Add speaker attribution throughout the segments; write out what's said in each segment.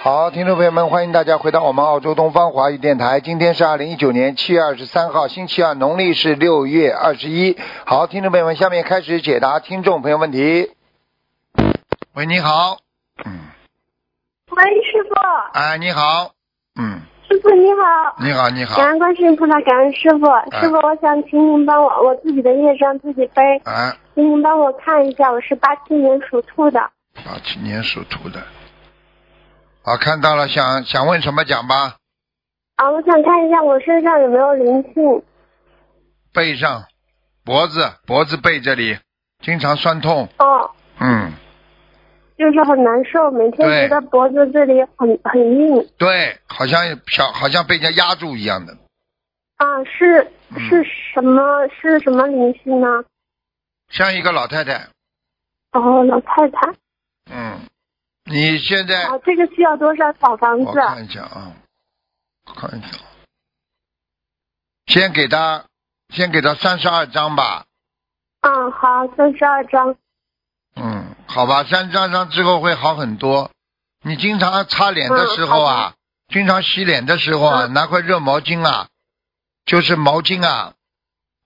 Speaker 1: 好，听众朋友们，欢迎大家回到我们澳洲东方华语电台。今天是二零一九年七月二十三号，星期二，农历是六月二十一。好，听众朋友们，下面开始解答听众朋友问题。喂，你好。嗯，
Speaker 2: 喂，师傅，
Speaker 1: 哎，你好。嗯，
Speaker 2: 师傅你好，
Speaker 1: 你好，你好哎
Speaker 2: 感。恩观世音菩萨，感恩师傅，师傅，我想请您帮我，我自己的业障自己背，
Speaker 1: 哎，
Speaker 2: 请您帮我看一下，我是八七年属兔的，
Speaker 1: 八七年属兔的。好，看到了，想想问什么讲吧？
Speaker 2: 啊，我想看一下我身上有没有灵性，
Speaker 1: 背上、脖子、脖子背这里经常酸痛。
Speaker 2: 哦，
Speaker 1: 嗯，
Speaker 2: 就是很难受，每天
Speaker 1: 对
Speaker 2: 觉得脖子这里很很硬，
Speaker 1: 对，好像小，好像被人家压住一样的。
Speaker 2: 啊，是
Speaker 1: 嗯
Speaker 2: 是什么是什么灵性呢？
Speaker 1: 像一个老太太，
Speaker 2: 哦，老太太，
Speaker 1: 嗯，你现在
Speaker 2: 啊，这个需要多少小房
Speaker 1: 我
Speaker 2: 子？
Speaker 1: 看一下啊，看一下，先给他，先给他三十二张吧，
Speaker 2: 嗯，好，三十二张，
Speaker 1: 嗯，好吧，三十二张之后会好很多。你经常擦脸的时候
Speaker 2: 嗯好
Speaker 1: 啊，经常洗脸的时候啊，
Speaker 2: 嗯
Speaker 1: 拿块热毛巾啊，就是毛巾啊，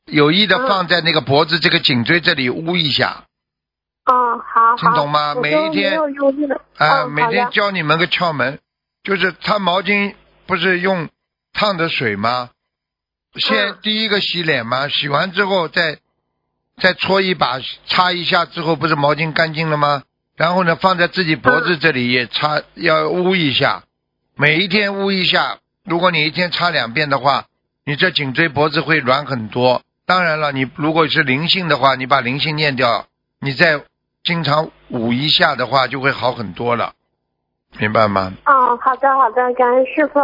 Speaker 1: 有意的
Speaker 2: 嗯
Speaker 1: 放在那个脖子这个颈椎这里捂一下，
Speaker 2: 嗯，好，好
Speaker 1: 听懂吗
Speaker 2: 我
Speaker 1: 每
Speaker 2: 都
Speaker 1: 一天
Speaker 2: 没有用力了
Speaker 1: 啊，
Speaker 2: 嗯
Speaker 1: 每
Speaker 2: 好的
Speaker 1: 天教你们个窍门，就是擦毛巾不是用烫的水吗？先
Speaker 2: 嗯
Speaker 1: 第一个洗脸吗？洗完之后再再搓一把，擦一下之后不是毛巾干净了吗？然后呢，放在自己脖子这里也
Speaker 2: 嗯
Speaker 1: 擦，要捂一下，每一天捂一下。如果你一天擦两遍的话，你这颈椎脖子会软很多。当然了，你如果是灵性的话，你把灵性念掉，你再经常捂一下的话，就会好很多了，明白吗？
Speaker 2: 哦，好的好的，感恩师傅。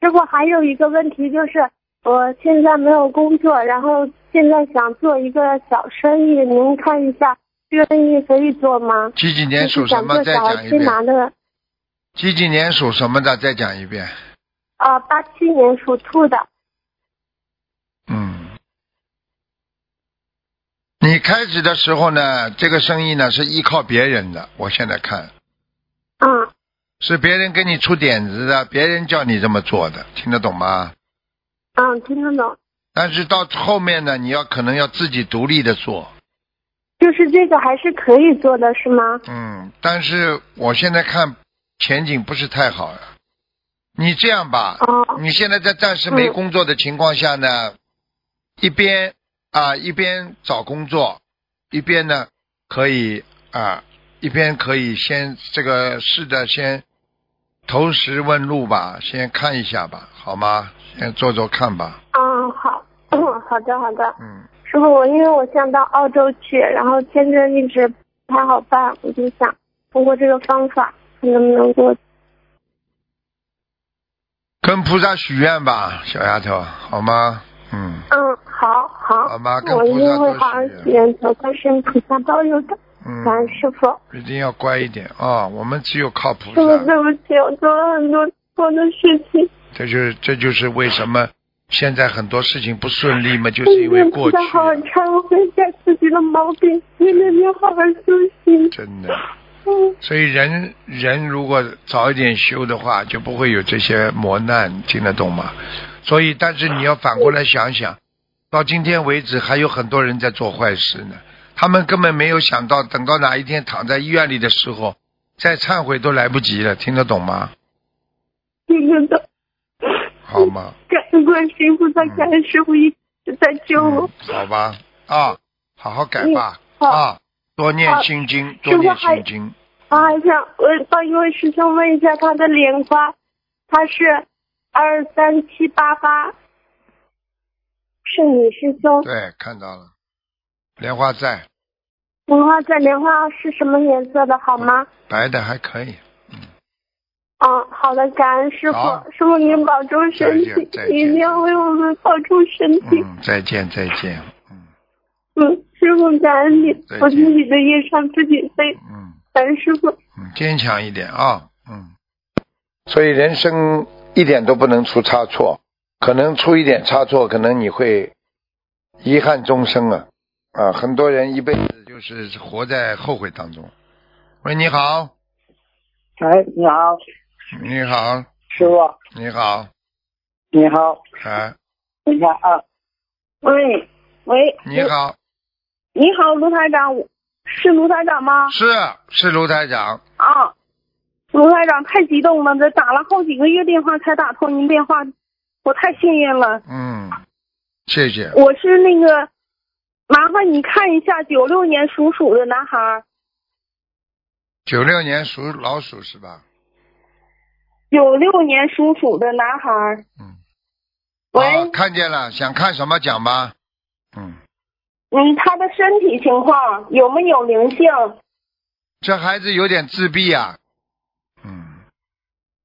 Speaker 2: 师傅还有一个问题就是，我现在没有工作，然后现在想做一个小生意，您看一下这个生意可以做吗？
Speaker 1: 几几
Speaker 2: 就
Speaker 1: 年属
Speaker 2: 是
Speaker 1: 什
Speaker 2: 想
Speaker 1: 么？
Speaker 2: 做
Speaker 1: 再
Speaker 2: 小
Speaker 1: 讲一
Speaker 2: 推
Speaker 1: 遍。
Speaker 2: 拿的，
Speaker 1: 几几年属什么的？再讲一遍。
Speaker 2: 呃，八七年属兔的，
Speaker 1: 嗯。你开始的时候呢，这个生意呢是依靠别人的。我现在看
Speaker 2: 嗯，
Speaker 1: 是别人给你出点子的，别人叫你这么做的，听得懂吗？
Speaker 2: 嗯，听得懂。
Speaker 1: 但是到后面呢，你要可能要自己独立的做。
Speaker 2: 就是这个还是可以做的，是吗？
Speaker 1: 嗯，但是我现在看前景不是太好呀。你这样吧，
Speaker 2: 哦，
Speaker 1: 你现在在暂时没
Speaker 2: 嗯
Speaker 1: 工作的情况下呢，一边啊一边找工作，一边呢可以啊一边可以先这个试着先投石问路吧，先看一下吧，好吗？先做做看吧，
Speaker 2: 嗯，好， 好的好的。
Speaker 1: 嗯，
Speaker 2: 师傅，我因为我想到澳洲去，然后签证一直不太好办，我就想通过这个方法，看能不能给我
Speaker 1: 跟菩萨许愿吧，小丫头，好吗？嗯
Speaker 2: 嗯，好好，
Speaker 1: 好吧跟
Speaker 2: 我一
Speaker 1: 菩萨
Speaker 2: 定会
Speaker 1: 多
Speaker 2: 好好
Speaker 1: 许愿
Speaker 2: 许愿，求观世音菩萨保佑的。感恩
Speaker 1: 嗯，
Speaker 2: 师傅，
Speaker 1: 一定要乖一点啊、我们只有靠菩
Speaker 2: 师傅
Speaker 1: 萨，
Speaker 2: 对不起，我做了很多错的事情，
Speaker 1: 这就是这就是为什么现在很多事情不顺利嘛，就是因
Speaker 2: 请
Speaker 1: 为
Speaker 2: 菩
Speaker 1: 过去
Speaker 2: 萨
Speaker 1: 啊、
Speaker 2: 好好忏悔，改自己的毛病，天天天好好修行。
Speaker 1: 真的。
Speaker 2: 嗯，
Speaker 1: 所以人人如果早一点修的话，就不会有这些磨难，听得懂吗？所以，但是你要反过来想想，到今天为止，还有很多人在做坏事呢。他们根本没有想到，等到哪一天躺在医院里的时候，再忏悔都来不及了，听得懂吗？
Speaker 2: 听得懂。
Speaker 1: 好吗？
Speaker 2: 感恩观世音菩萨，感恩师傅一直在救我
Speaker 1: 嗯。好吧，啊，好好改吧，
Speaker 2: 嗯好
Speaker 1: 啊，多念心经，多
Speaker 2: 师傅
Speaker 1: 念
Speaker 2: 还
Speaker 1: 心经。
Speaker 2: 我还想我呃帮一位师兄问一下他的莲花，他是二三七八八，是女师兄。
Speaker 1: 对，看到了，莲花在，
Speaker 2: 莲花在莲花是什么颜色的，好吗？
Speaker 1: 白的还可以。
Speaker 2: 嗯，好的，感恩师傅
Speaker 1: 好，
Speaker 2: 师傅您保重身
Speaker 1: 再
Speaker 2: 体
Speaker 1: 见再，见
Speaker 2: 一定要为我们保重身体。
Speaker 1: 嗯，再见，再见。嗯
Speaker 2: 嗯，师傅感恩你
Speaker 1: 再见，
Speaker 2: 我自己的业障自己背，
Speaker 1: 嗯
Speaker 2: 感恩师傅。
Speaker 1: 嗯，坚强一点啊，嗯。所以人生一点都不能出差错，可能出一点差错，可能你会遗憾终生啊啊！很多人一辈子就是活在后悔当中。喂，你好，
Speaker 3: 哎，你好，
Speaker 1: 你好，
Speaker 3: 师傅，
Speaker 1: 你好，
Speaker 3: 你好，
Speaker 1: 哎，
Speaker 3: 等一下啊，
Speaker 2: 喂喂，
Speaker 1: 你好，
Speaker 2: 你好，卢台长，是卢台长吗？
Speaker 1: 是是卢台长，
Speaker 2: 啊，卢台长太激动了，这打了好几个月电话才打通您电话，我太幸运了。
Speaker 1: 嗯，谢谢，
Speaker 2: 我是那个，麻烦你看一下九六年属鼠的男孩儿，
Speaker 1: 九六年属老鼠是吧？
Speaker 2: 九六年属鼠的男孩儿。
Speaker 1: 嗯，
Speaker 2: 喂，
Speaker 1: 啊，看见了，想看什么讲吧，嗯，
Speaker 2: 嗯，他的身体情况有没有灵性？
Speaker 1: 这孩子有点自闭啊，嗯，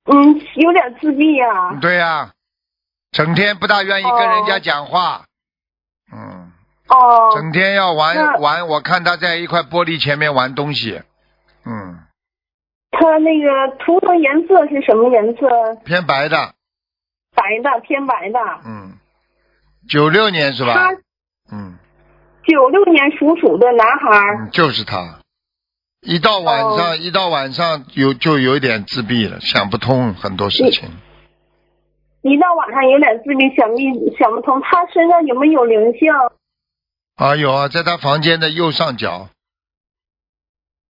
Speaker 2: 嗯，有点自闭呀、啊。
Speaker 1: 对呀、整天不大愿意跟人家讲话，嗯，
Speaker 2: 哦，
Speaker 1: 整天要
Speaker 2: 那
Speaker 1: 玩玩，我看他在一块玻璃前面玩东西，嗯，
Speaker 2: 他那个图腾颜色是什么颜色？
Speaker 1: 偏白的，
Speaker 2: 白的，偏白的。
Speaker 1: 嗯，九六年是吧？
Speaker 2: 他
Speaker 1: 嗯
Speaker 2: 九六年属鼠的男孩儿。
Speaker 1: 嗯，就是他。一到晚上，
Speaker 2: 哦
Speaker 1: 一到晚上有就有一点自闭了，想不通很多事情。
Speaker 2: 一到晚上有点自闭，想不想不通，他身上有没有灵性？
Speaker 1: 啊，有啊，在他房间的右上角，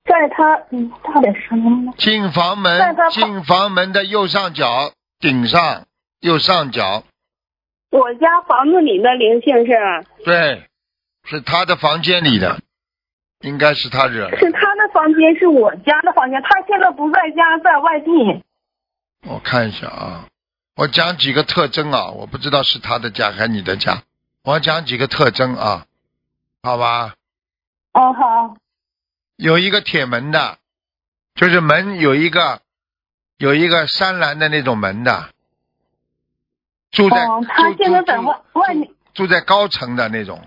Speaker 2: 在他，嗯，他点声音呢？
Speaker 1: 进房
Speaker 2: 在
Speaker 1: 门
Speaker 2: 他房
Speaker 1: 进房门的右上角顶上右上角，
Speaker 2: 我家房子里的灵性是
Speaker 1: 对，是他的房间里的，应该是他惹的。
Speaker 2: 是他的房间，是我家的房间。他现在不在家，在外地。
Speaker 1: 我看一下啊，我讲几个特征啊，我不知道是他的家还是你的家，我讲几个特征啊，好吧？
Speaker 2: 哦，好，
Speaker 1: 有一个铁门的，就是门有一个有一个栅栏的那种门的，住在、
Speaker 2: 哦，他
Speaker 1: 住
Speaker 2: 现在在外外面
Speaker 1: 住住在高层的那种，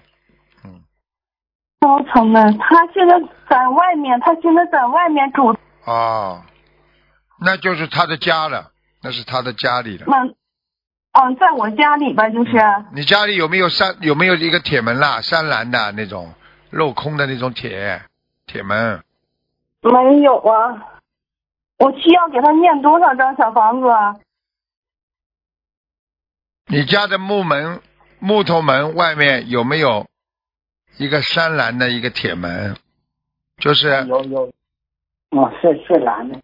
Speaker 2: 高层的，他现在在外面，他现在在外面住，
Speaker 1: 哦，那就是他的家了，那是他的家里了。
Speaker 2: 那，嗯，在我家里边就是，啊
Speaker 1: 你家里有没有栅有没有一个铁门啦？栅栏的那种镂空的那种铁铁门，
Speaker 2: 没有啊。我需要给他念多少张小房子啊？
Speaker 1: 你家的木门木头门外面有没有一个栅栏的一个铁门？就是
Speaker 3: 有有，哦，是是男的，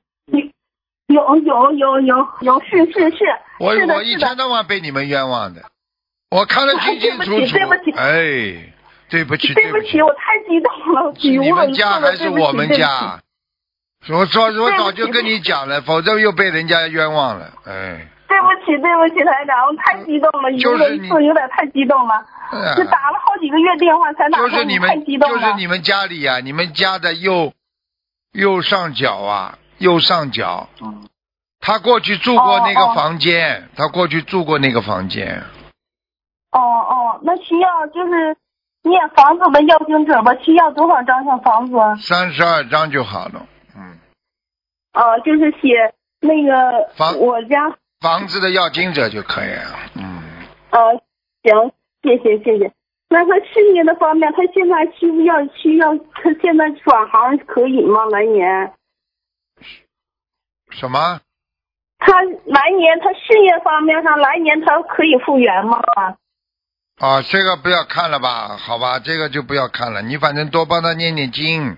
Speaker 2: 有有有有有，是是是，
Speaker 1: 我
Speaker 2: 是的
Speaker 1: 我一
Speaker 2: 是的
Speaker 1: 天到晚被你们冤枉的，我看得清清楚楚。
Speaker 2: 对不起
Speaker 1: 哎，对不起，
Speaker 2: 对
Speaker 1: 不
Speaker 2: 不起，我太激动了，
Speaker 1: 是
Speaker 2: 语无
Speaker 1: 你们
Speaker 2: 伦
Speaker 1: 家还
Speaker 2: 次了，
Speaker 1: 是
Speaker 2: 对不起
Speaker 1: 我们？家？我说我早就跟你讲了，否则又被人家冤枉了。哎，
Speaker 2: 对不起，对不起，台长，我太激动了，语无伦
Speaker 1: 就是
Speaker 2: 次，有点太激动了，
Speaker 1: 哎
Speaker 2: 这
Speaker 1: 呀
Speaker 2: 打了好几个月电话才打
Speaker 1: 就是
Speaker 2: 通，
Speaker 1: 你
Speaker 2: 太
Speaker 1: 们，
Speaker 2: 激动
Speaker 1: 就
Speaker 2: 了。
Speaker 1: 是你们家里呀、你们家的右右上角啊，右上角，
Speaker 3: 嗯，
Speaker 1: 他过去住过那
Speaker 2: 哦
Speaker 1: 个
Speaker 2: 哦
Speaker 1: 房间，他过去住过那个房间。
Speaker 2: 哦哦，那需要就是念房子的要经者吧，需要多少张小房子？
Speaker 1: 三十二章就好了，嗯，
Speaker 2: 啊，就是写那个
Speaker 1: 房
Speaker 2: 我家，
Speaker 1: 房子的要经者就可以了，嗯。
Speaker 2: 呃，行，谢谢谢谢。那他事业的方面，他现在需不需要需要？他现在转行可以吗？来年？
Speaker 1: 什么？
Speaker 2: 他来年他事业方面上，来年他可以复原吗？
Speaker 1: 啊，这个不要看了吧，好吧，这个就不要看了。你反正多帮他念念经，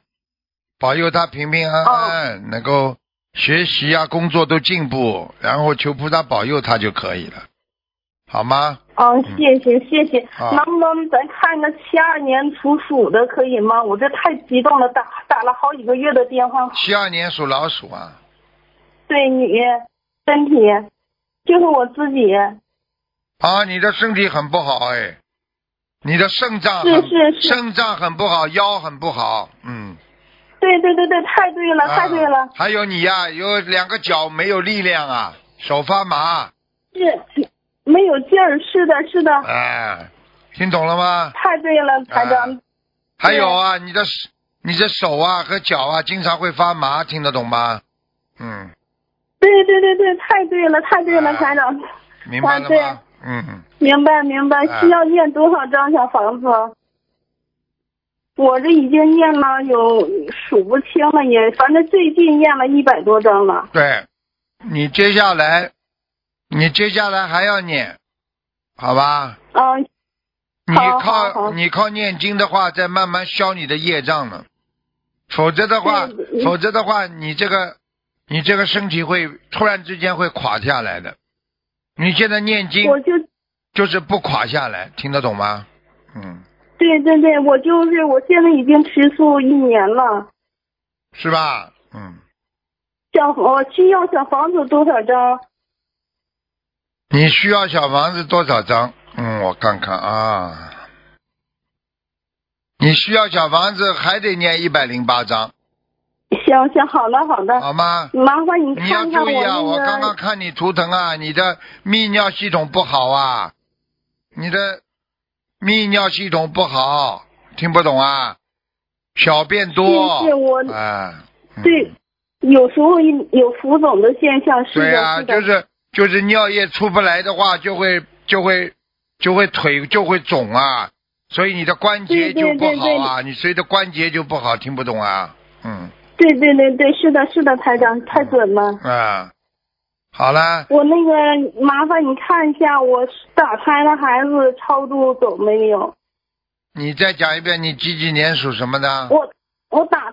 Speaker 1: 保佑他平平
Speaker 2: 哦
Speaker 1: 安安，能够学习啊、工作都进步，然后求菩萨保佑他就可以了，好吗？
Speaker 2: 嗯，谢谢谢谢。
Speaker 1: 啊
Speaker 2: 能不能咱看个七二年属鼠的可以吗？我这太激动了，打打了好几个月的电话。
Speaker 1: 七二年属老鼠啊，
Speaker 2: 对你身体，就是我自己，
Speaker 1: 啊，你的身体很不好哎，你的肾脏很
Speaker 2: 是是是
Speaker 1: 肾脏很不好，腰很不好，嗯，
Speaker 2: 对对对对，太对了，太对
Speaker 1: 啊
Speaker 2: 了，
Speaker 1: 还有你呀、有两个脚没有力量啊，手发麻，
Speaker 2: 是没有劲儿，是的，是的，
Speaker 1: 哎，听懂了吗？
Speaker 2: 太对了，台
Speaker 1: 啊
Speaker 2: 长，
Speaker 1: 还有啊，你的手你的手啊和脚啊经常会发麻，听得懂吗？嗯，
Speaker 2: 对对对对，太对了，太对了，
Speaker 1: 啊
Speaker 2: 台长，
Speaker 1: 明白了
Speaker 2: 啊对
Speaker 1: 吗？嗯，
Speaker 2: 明白明白，
Speaker 1: 啊
Speaker 2: 需要念多少张小房子？我这已经念了有数不清了也，反正最近念了一百多张了。
Speaker 1: 对，你接下来，你接下来还要念，好吧？
Speaker 2: 嗯，
Speaker 1: 你
Speaker 2: 好好
Speaker 1: 靠
Speaker 2: 好
Speaker 1: 你靠念经的话，再慢慢消你的业障呢。否则的话
Speaker 2: 对嗯，
Speaker 1: 否则的话，你这个你这个身体会突然之间会垮下来的。你现在念经
Speaker 2: 我就
Speaker 1: 就是不垮下来，听得懂吗？嗯，
Speaker 2: 对对对，我就是我现在已经吃素一年了，
Speaker 1: 是吧？嗯，
Speaker 2: 小我需要小房子多少张？
Speaker 1: 你需要小房子多少张？嗯，我看看啊。你需要小房子还得念一百零八章，
Speaker 2: 行行，好的好的，
Speaker 1: 好吗？
Speaker 2: 麻烦呃你
Speaker 1: 啊你要
Speaker 2: 看
Speaker 1: 注
Speaker 2: 看我
Speaker 1: 意啊！我刚
Speaker 2: 那
Speaker 1: 刚
Speaker 2: 个
Speaker 1: 看你图腾啊，你的泌尿系统不好啊，你的泌尿系统不好，听不懂啊？小便多，
Speaker 2: 是是我
Speaker 1: 啊，嗯
Speaker 2: 对，有时候有浮肿的现象，是的，
Speaker 1: 对啊，
Speaker 2: 是的，
Speaker 1: 就是就是尿液出不来的话，就会就会就会腿就会肿啊，所以你的关节
Speaker 2: 对
Speaker 1: 就
Speaker 2: 对
Speaker 1: 不
Speaker 2: 对
Speaker 1: 好啊，你所以的关节就不好，听不懂啊？嗯
Speaker 2: 对对对对，是的，是的，台长太准了。
Speaker 1: 啊，好啦，
Speaker 2: 我那个麻烦你看一下，我打胎的孩子超度走没有？
Speaker 1: 你再讲一遍，你几几年属什么的？
Speaker 2: 我我打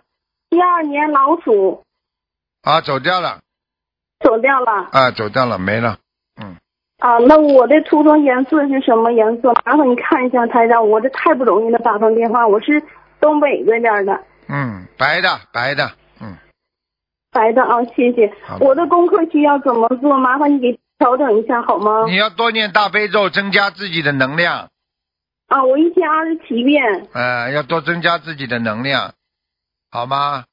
Speaker 2: 第二年老鼠
Speaker 1: 啊，走掉了。
Speaker 2: 走掉了
Speaker 1: 啊，走掉了，没了。
Speaker 2: 啊，那我的图腾颜色是什么颜色？麻烦你看一下，台长，我这太不容易了，打通电话，我是东北这边的，
Speaker 1: 嗯，白的，白的，嗯，
Speaker 2: 白的啊，谢谢
Speaker 1: 好。的
Speaker 2: 我的功课需要怎么做？麻烦你给调整一下好吗？
Speaker 1: 你要多念大悲咒，增加自己的能量，
Speaker 2: 啊，我一天二十七遍，
Speaker 1: 呃，要多增加自己的能量，好吗？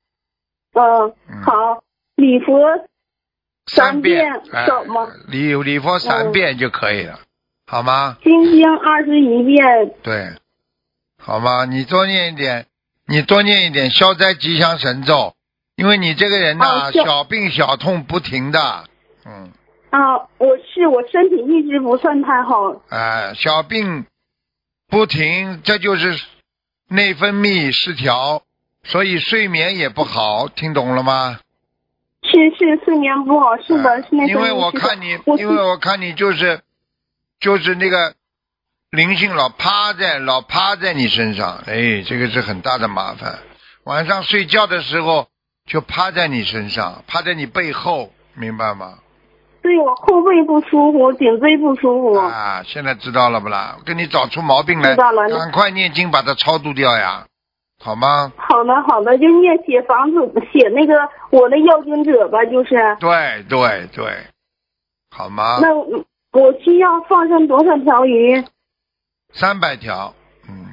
Speaker 2: 嗯，
Speaker 1: 嗯
Speaker 2: 好，礼佛三
Speaker 1: 遍
Speaker 2: 遍，嗯
Speaker 1: 哎
Speaker 2: 走吗
Speaker 1: 礼礼佛三遍就可以了，好吗？
Speaker 2: 心经二十一遍，
Speaker 1: 对，好吗？你多念一点，你多念一点消灾吉祥神咒，因为你这个人呐、
Speaker 2: 哦是
Speaker 1: 小病小痛不停的，嗯，
Speaker 2: 啊，我是我身体一直不算太好，
Speaker 1: 哎，小病不停，这就是内分泌失调，所以睡眠也不好，听懂了吗？
Speaker 2: 是是睡眠不好，是的，
Speaker 1: 哎
Speaker 2: 是那
Speaker 1: 因为我看你，因为我看你就是就是那个灵性老趴在老趴在你身上，哎，这个是很大的麻烦。晚上睡觉的时候就趴在你身上，趴在你背后，明白吗？
Speaker 2: 对我后背不舒服，颈椎不舒服，
Speaker 1: 啊，现在知道了不啦？我给你找出毛病来，
Speaker 2: 嗯知道了
Speaker 1: 赶快念经把它超度掉呀，好吗？
Speaker 2: 好的好的，就念写房子写那个我的要经者吧，就是，
Speaker 1: 对对对，好吗？
Speaker 2: 那我我需要放上多少条鱼？
Speaker 1: 三百条，嗯，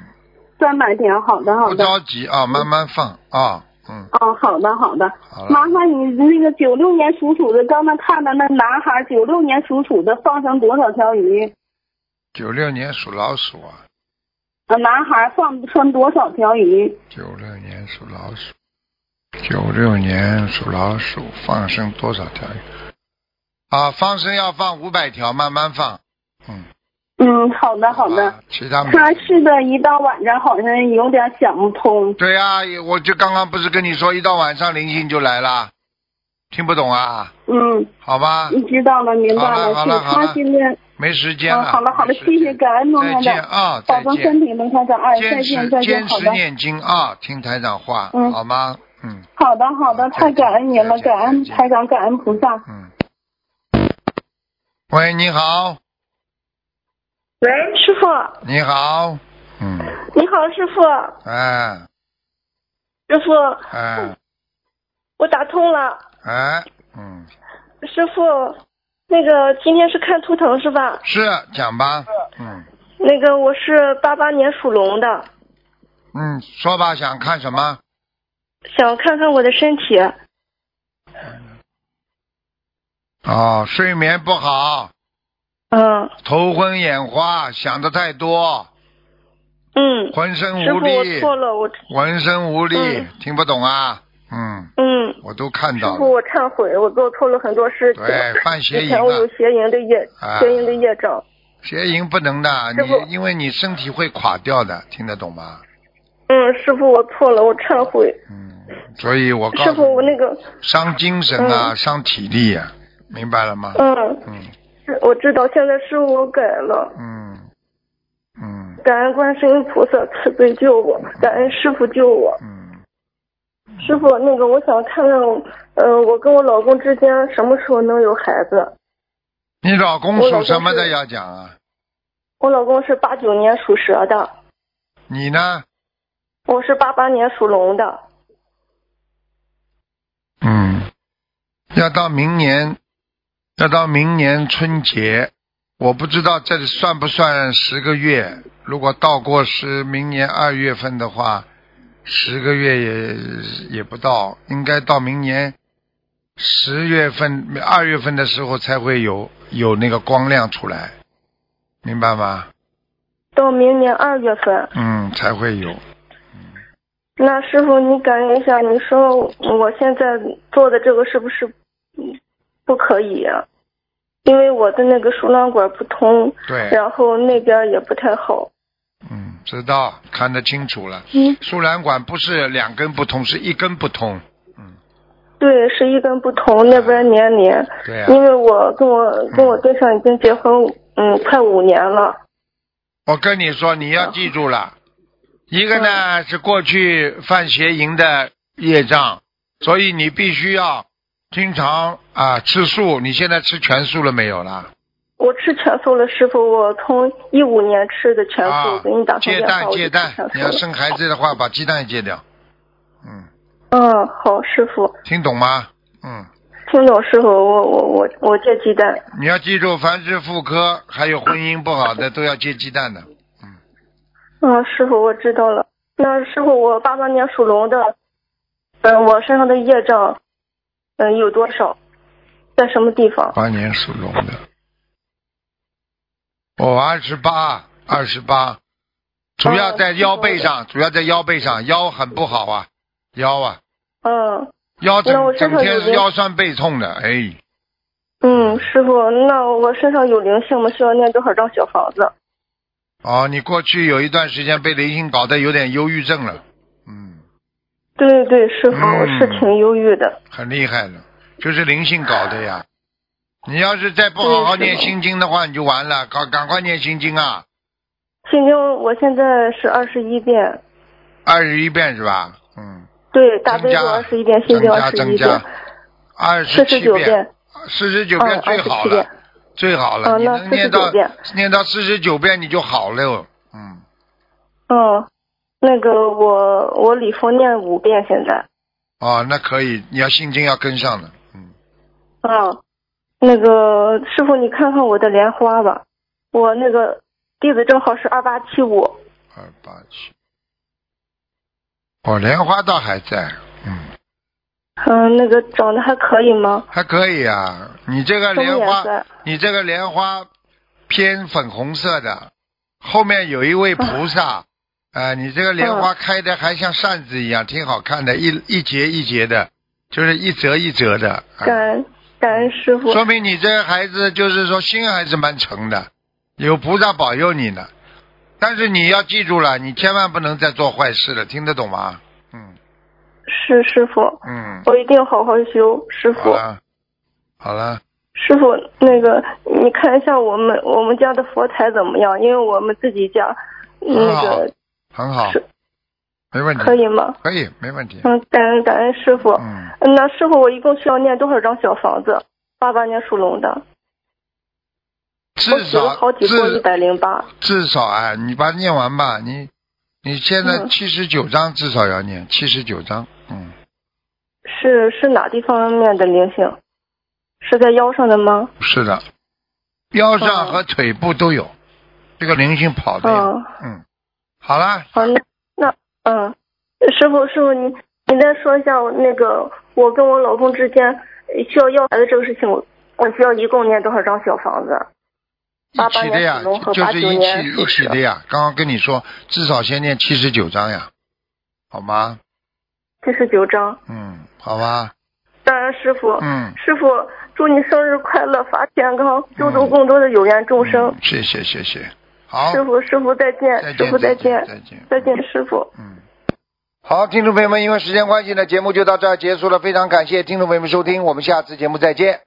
Speaker 2: 三百条，好的好
Speaker 1: 不
Speaker 2: 的，
Speaker 1: 着急啊，慢慢放啊，嗯，
Speaker 2: 哦，好的好的，
Speaker 1: 好了。
Speaker 2: 麻烦你那个九六年属鼠的，刚才看到那男孩九六年属鼠的放生多少条鱼？
Speaker 1: 九六年属老鼠啊，
Speaker 2: 呃，男孩放生多少条鱼？
Speaker 1: 九六年属老鼠，九六年属老鼠，放生多少条鱼？啊，放生要放五百条，慢慢放。嗯，
Speaker 2: 嗯，好的好的。
Speaker 1: 吧其他没。
Speaker 2: 他是的，一到晚上好像有点想不通。
Speaker 1: 对啊，我就刚刚不是跟你说，一到晚上灵性就来了，听不懂啊？
Speaker 2: 嗯，
Speaker 1: 好吧，
Speaker 2: 你知道了，明白
Speaker 1: 好了好
Speaker 2: 是
Speaker 1: 了好了
Speaker 2: 他现在。
Speaker 1: 没时间
Speaker 2: 嗯，
Speaker 1: 了。
Speaker 2: 好了好了，
Speaker 1: 没时间
Speaker 2: 谢谢，感恩龙
Speaker 1: 再
Speaker 2: 台
Speaker 1: 见
Speaker 2: 长，
Speaker 1: 啊，
Speaker 2: 保
Speaker 1: 再
Speaker 2: 重身
Speaker 1: 见。
Speaker 2: 体，龙台长。哎，再
Speaker 1: 坚
Speaker 2: 见
Speaker 1: 持
Speaker 2: 再见，
Speaker 1: 坚
Speaker 2: 好
Speaker 1: 持
Speaker 2: 的，
Speaker 1: 念经啊，听台长话，
Speaker 2: 嗯
Speaker 1: 好吗？嗯
Speaker 2: 好的好的，太感恩您了，
Speaker 1: 再见
Speaker 2: 感恩
Speaker 1: 再见
Speaker 2: 台长，感恩菩萨。
Speaker 1: 嗯。喂，你好。
Speaker 2: 喂，师傅，
Speaker 1: 你好，嗯，
Speaker 2: 你好，师傅，
Speaker 1: 哎
Speaker 2: 师傅，
Speaker 1: 哎
Speaker 2: 我打通了。
Speaker 1: 哎，嗯，
Speaker 2: 师傅，那个今天是看图腾是吧？
Speaker 1: 是讲吧，嗯
Speaker 2: 那个我是八八年属龙的，
Speaker 1: 嗯，说吧，想看什么？
Speaker 2: 想看看我的身体。
Speaker 1: 哦，睡眠不好，
Speaker 2: 嗯
Speaker 1: 头昏眼花，想的太多，
Speaker 2: 嗯，
Speaker 1: 浑身
Speaker 2: 师
Speaker 1: 无
Speaker 2: 傅，我
Speaker 1: 力，
Speaker 2: 错了，我
Speaker 1: 浑身无力，
Speaker 2: 嗯
Speaker 1: 听不懂啊，嗯，
Speaker 2: 嗯，
Speaker 1: 我都看
Speaker 2: 师
Speaker 1: 到
Speaker 2: 傅，
Speaker 1: 了，
Speaker 2: 我忏悔，我做错了很多事情。
Speaker 1: 对，犯邪
Speaker 2: 以
Speaker 1: 淫
Speaker 2: 前我有
Speaker 1: 了，
Speaker 2: 邪淫的业，
Speaker 1: 啊
Speaker 2: 邪淫的业障。
Speaker 1: 邪淫不能的，
Speaker 2: 师傅
Speaker 1: 你因为你身体会垮掉的，听得懂吗？
Speaker 2: 嗯，师傅，我错了，我忏悔。
Speaker 1: 嗯，所以我告
Speaker 2: 师
Speaker 1: 诉
Speaker 2: 傅，我
Speaker 1: 你，
Speaker 2: 那个，
Speaker 1: 伤精神啊，伤体力呀、明白了吗？
Speaker 4: 嗯，
Speaker 1: 嗯
Speaker 4: 是我知道，现在师傅我改了，
Speaker 1: 嗯嗯
Speaker 4: 感恩观世音菩萨慈悲救我，感恩师傅救我。
Speaker 1: 嗯，
Speaker 4: 师傅，那个我想看看，呃，我跟我老公之间什么时候能有孩子？
Speaker 1: 你老公
Speaker 4: 我老
Speaker 1: 属
Speaker 4: 公
Speaker 1: 什么的
Speaker 4: 是
Speaker 1: 要讲啊？
Speaker 4: 我老公是八九年属蛇的，
Speaker 1: 你呢？
Speaker 4: 我是八八年属龙的。
Speaker 1: 嗯，要到明年，要到明年春节，我不知道这里算不算十个月。如果到过是明年二月份的话，十个月也也不到，应该到明年十月份、二月份的时候才会有有那个光亮出来，明白吗？
Speaker 4: 到明年二月份，
Speaker 1: 嗯，才会有。
Speaker 4: 那师傅你感应一下，你说我现在做的这个是不是嗯不可以、啊？因为我的那个输卵管不通，
Speaker 1: 对，
Speaker 4: 然后那边也不太好。
Speaker 1: 嗯，知道，看得清楚了。
Speaker 4: 嗯，
Speaker 1: 输卵管不是两根不通，是一根不通。
Speaker 4: 对，是一根不通，那边粘连。
Speaker 1: 对哎啊呀、嗯
Speaker 4: 因为我跟我跟我对象已经结婚，嗯，快五年了。
Speaker 1: 我跟你说，你要记住了，一个呢
Speaker 4: 嗯
Speaker 1: 是过去犯邪淫的业障，所以你必须要经常啊吃素。你现在吃全素了没有啦？
Speaker 4: 我吃全素了，师傅，我从一五年吃的全素，
Speaker 1: 啊
Speaker 4: 我给你打，通
Speaker 1: 戒
Speaker 4: 电话，
Speaker 1: 蛋
Speaker 4: 我就
Speaker 1: 戒
Speaker 4: 吃
Speaker 1: 蛋
Speaker 4: 全素，
Speaker 1: 你要
Speaker 4: 了。
Speaker 1: 生孩子的话，把鸡蛋戒掉。嗯，
Speaker 4: 嗯，好，师傅，
Speaker 1: 听懂吗？嗯，
Speaker 4: 听懂师傅，我我我我戒鸡蛋。
Speaker 1: 你要记住，凡是妇科还有婚姻不好的都要戒鸡蛋的。
Speaker 4: 嗯，师傅，我知道了。那师傅，我八八年属龙的，嗯，我身上的业障，嗯，有多少？在什么地方？
Speaker 1: 八年属龙的，我二十八，二十八，主要在腰背
Speaker 4: 哦
Speaker 1: 上，主要在腰背上，腰很不好啊，腰啊，
Speaker 4: 嗯
Speaker 1: 腰整
Speaker 4: 那我
Speaker 1: 整
Speaker 4: 身上
Speaker 1: 天
Speaker 4: 有
Speaker 1: 是
Speaker 4: 灵
Speaker 1: 腰酸背痛的，哎，
Speaker 4: 嗯，师傅，那我身上有灵性吗？需要念多少张小房子？
Speaker 1: 哦，你过去有一段时间被灵性搞得有点忧郁症了，嗯，
Speaker 4: 对对，师傅，
Speaker 1: 嗯
Speaker 4: 我是挺忧郁的。
Speaker 1: 很厉害了，就是灵性搞的呀。你要是再不好好
Speaker 4: 对是
Speaker 1: 念
Speaker 4: 的
Speaker 1: 心经的话，你就完了，赶赶快念心经啊，
Speaker 4: 心经我现在是二十一遍，
Speaker 1: 二十一遍是吧？嗯，
Speaker 4: 对，大悲咒
Speaker 1: 增加
Speaker 4: 二十一遍，心
Speaker 1: 增
Speaker 4: 经
Speaker 1: 加
Speaker 4: 二
Speaker 1: 增加，，二十
Speaker 4: 十一遍四十
Speaker 1: 七
Speaker 4: 九遍，
Speaker 1: 四十九
Speaker 4: 嗯，
Speaker 1: 遍
Speaker 4: 二
Speaker 1: 最
Speaker 4: 十
Speaker 1: 好
Speaker 4: 七
Speaker 1: 了
Speaker 4: 遍，，
Speaker 1: 最好了，
Speaker 4: 哦
Speaker 1: 你
Speaker 4: 那
Speaker 1: 能念
Speaker 4: 49
Speaker 1: 到
Speaker 4: 遍
Speaker 1: 念到四十九遍你就好了，嗯，
Speaker 4: 嗯，那个我我礼佛念五遍现在，
Speaker 1: 哦，那可以，你要心经要跟上的，嗯，
Speaker 4: 嗯，那个师傅你看看我的莲花吧，我那个弟子正好是二八七五，
Speaker 1: 二八七，哦，莲花倒还在，嗯，
Speaker 4: 嗯，那个长得还可以吗？
Speaker 1: 还可以啊，你这个
Speaker 4: 什么
Speaker 1: 莲
Speaker 4: 颜
Speaker 1: 花，啊
Speaker 4: 色？
Speaker 1: 你这个莲花偏粉红色的，后面有一位菩萨， 啊、你这个莲花开的还像扇子一样，挺好看的，一一节一节的，就是一折一折的，啊
Speaker 4: 感恩感恩师傅，
Speaker 1: 说明你这个孩子就是说心还是蛮诚的，有菩萨保佑你呢。但是你要记住了，你千万不能再做坏事了，听得懂吗？嗯
Speaker 4: 是师傅，
Speaker 1: 嗯，
Speaker 4: 我一定好好修，师
Speaker 1: 好
Speaker 4: 傅。
Speaker 1: 了，好了，
Speaker 4: 师傅，那个你看一下我们我们家的佛台怎么样？因为我们自己家嗯那个
Speaker 1: 很好
Speaker 4: 是，
Speaker 1: 没问题，
Speaker 4: 可以吗？
Speaker 1: 可以，没问题。
Speaker 4: 嗯，感恩感恩师傅。
Speaker 1: 嗯，
Speaker 4: 那师傅，我一共需要念多少张小房子？八八年属龙的，我
Speaker 1: 至
Speaker 4: 写了
Speaker 1: 少
Speaker 4: 好几波，一
Speaker 1: 至
Speaker 4: 百零八。
Speaker 1: 至少啊，你把它念完吧。你你现在
Speaker 4: 嗯
Speaker 1: 七十九章至少要念七十九章，嗯，
Speaker 4: 是是哪地方面的灵性？是在腰上的吗？
Speaker 1: 是的，腰上
Speaker 4: 嗯
Speaker 1: 和腿部都有，这个灵性跑的呀。
Speaker 4: 嗯，
Speaker 1: 嗯，好了，
Speaker 4: 好，那那嗯，师傅师傅，你你再说一下我那个我跟我老公之间呃需要要孩子这个事情，我我需要一共念多少张小房子？
Speaker 1: 一起的呀
Speaker 4: 88年属龙，和
Speaker 1: 就是一
Speaker 4: 89年
Speaker 1: 起
Speaker 4: 属
Speaker 1: 一起的呀。刚刚跟你说，至少先念七十九章呀，好吗？
Speaker 4: 七十九张。
Speaker 1: 嗯，好吧，
Speaker 4: 当然，师傅，
Speaker 1: 嗯，
Speaker 4: 师傅，祝你生日快乐，法健康，救度更多的有缘众生。
Speaker 1: 嗯谢谢谢谢，好，
Speaker 4: 师傅，师傅再见，
Speaker 1: 再
Speaker 4: 师傅
Speaker 1: 见
Speaker 4: 再
Speaker 1: 见
Speaker 4: 见，
Speaker 1: 再见，
Speaker 4: 再见，师傅。
Speaker 1: 嗯。好，听众朋友们，因为时间关系呢，节目就到这儿结束了。非常感谢听众朋友们收听，我们下次节目再见。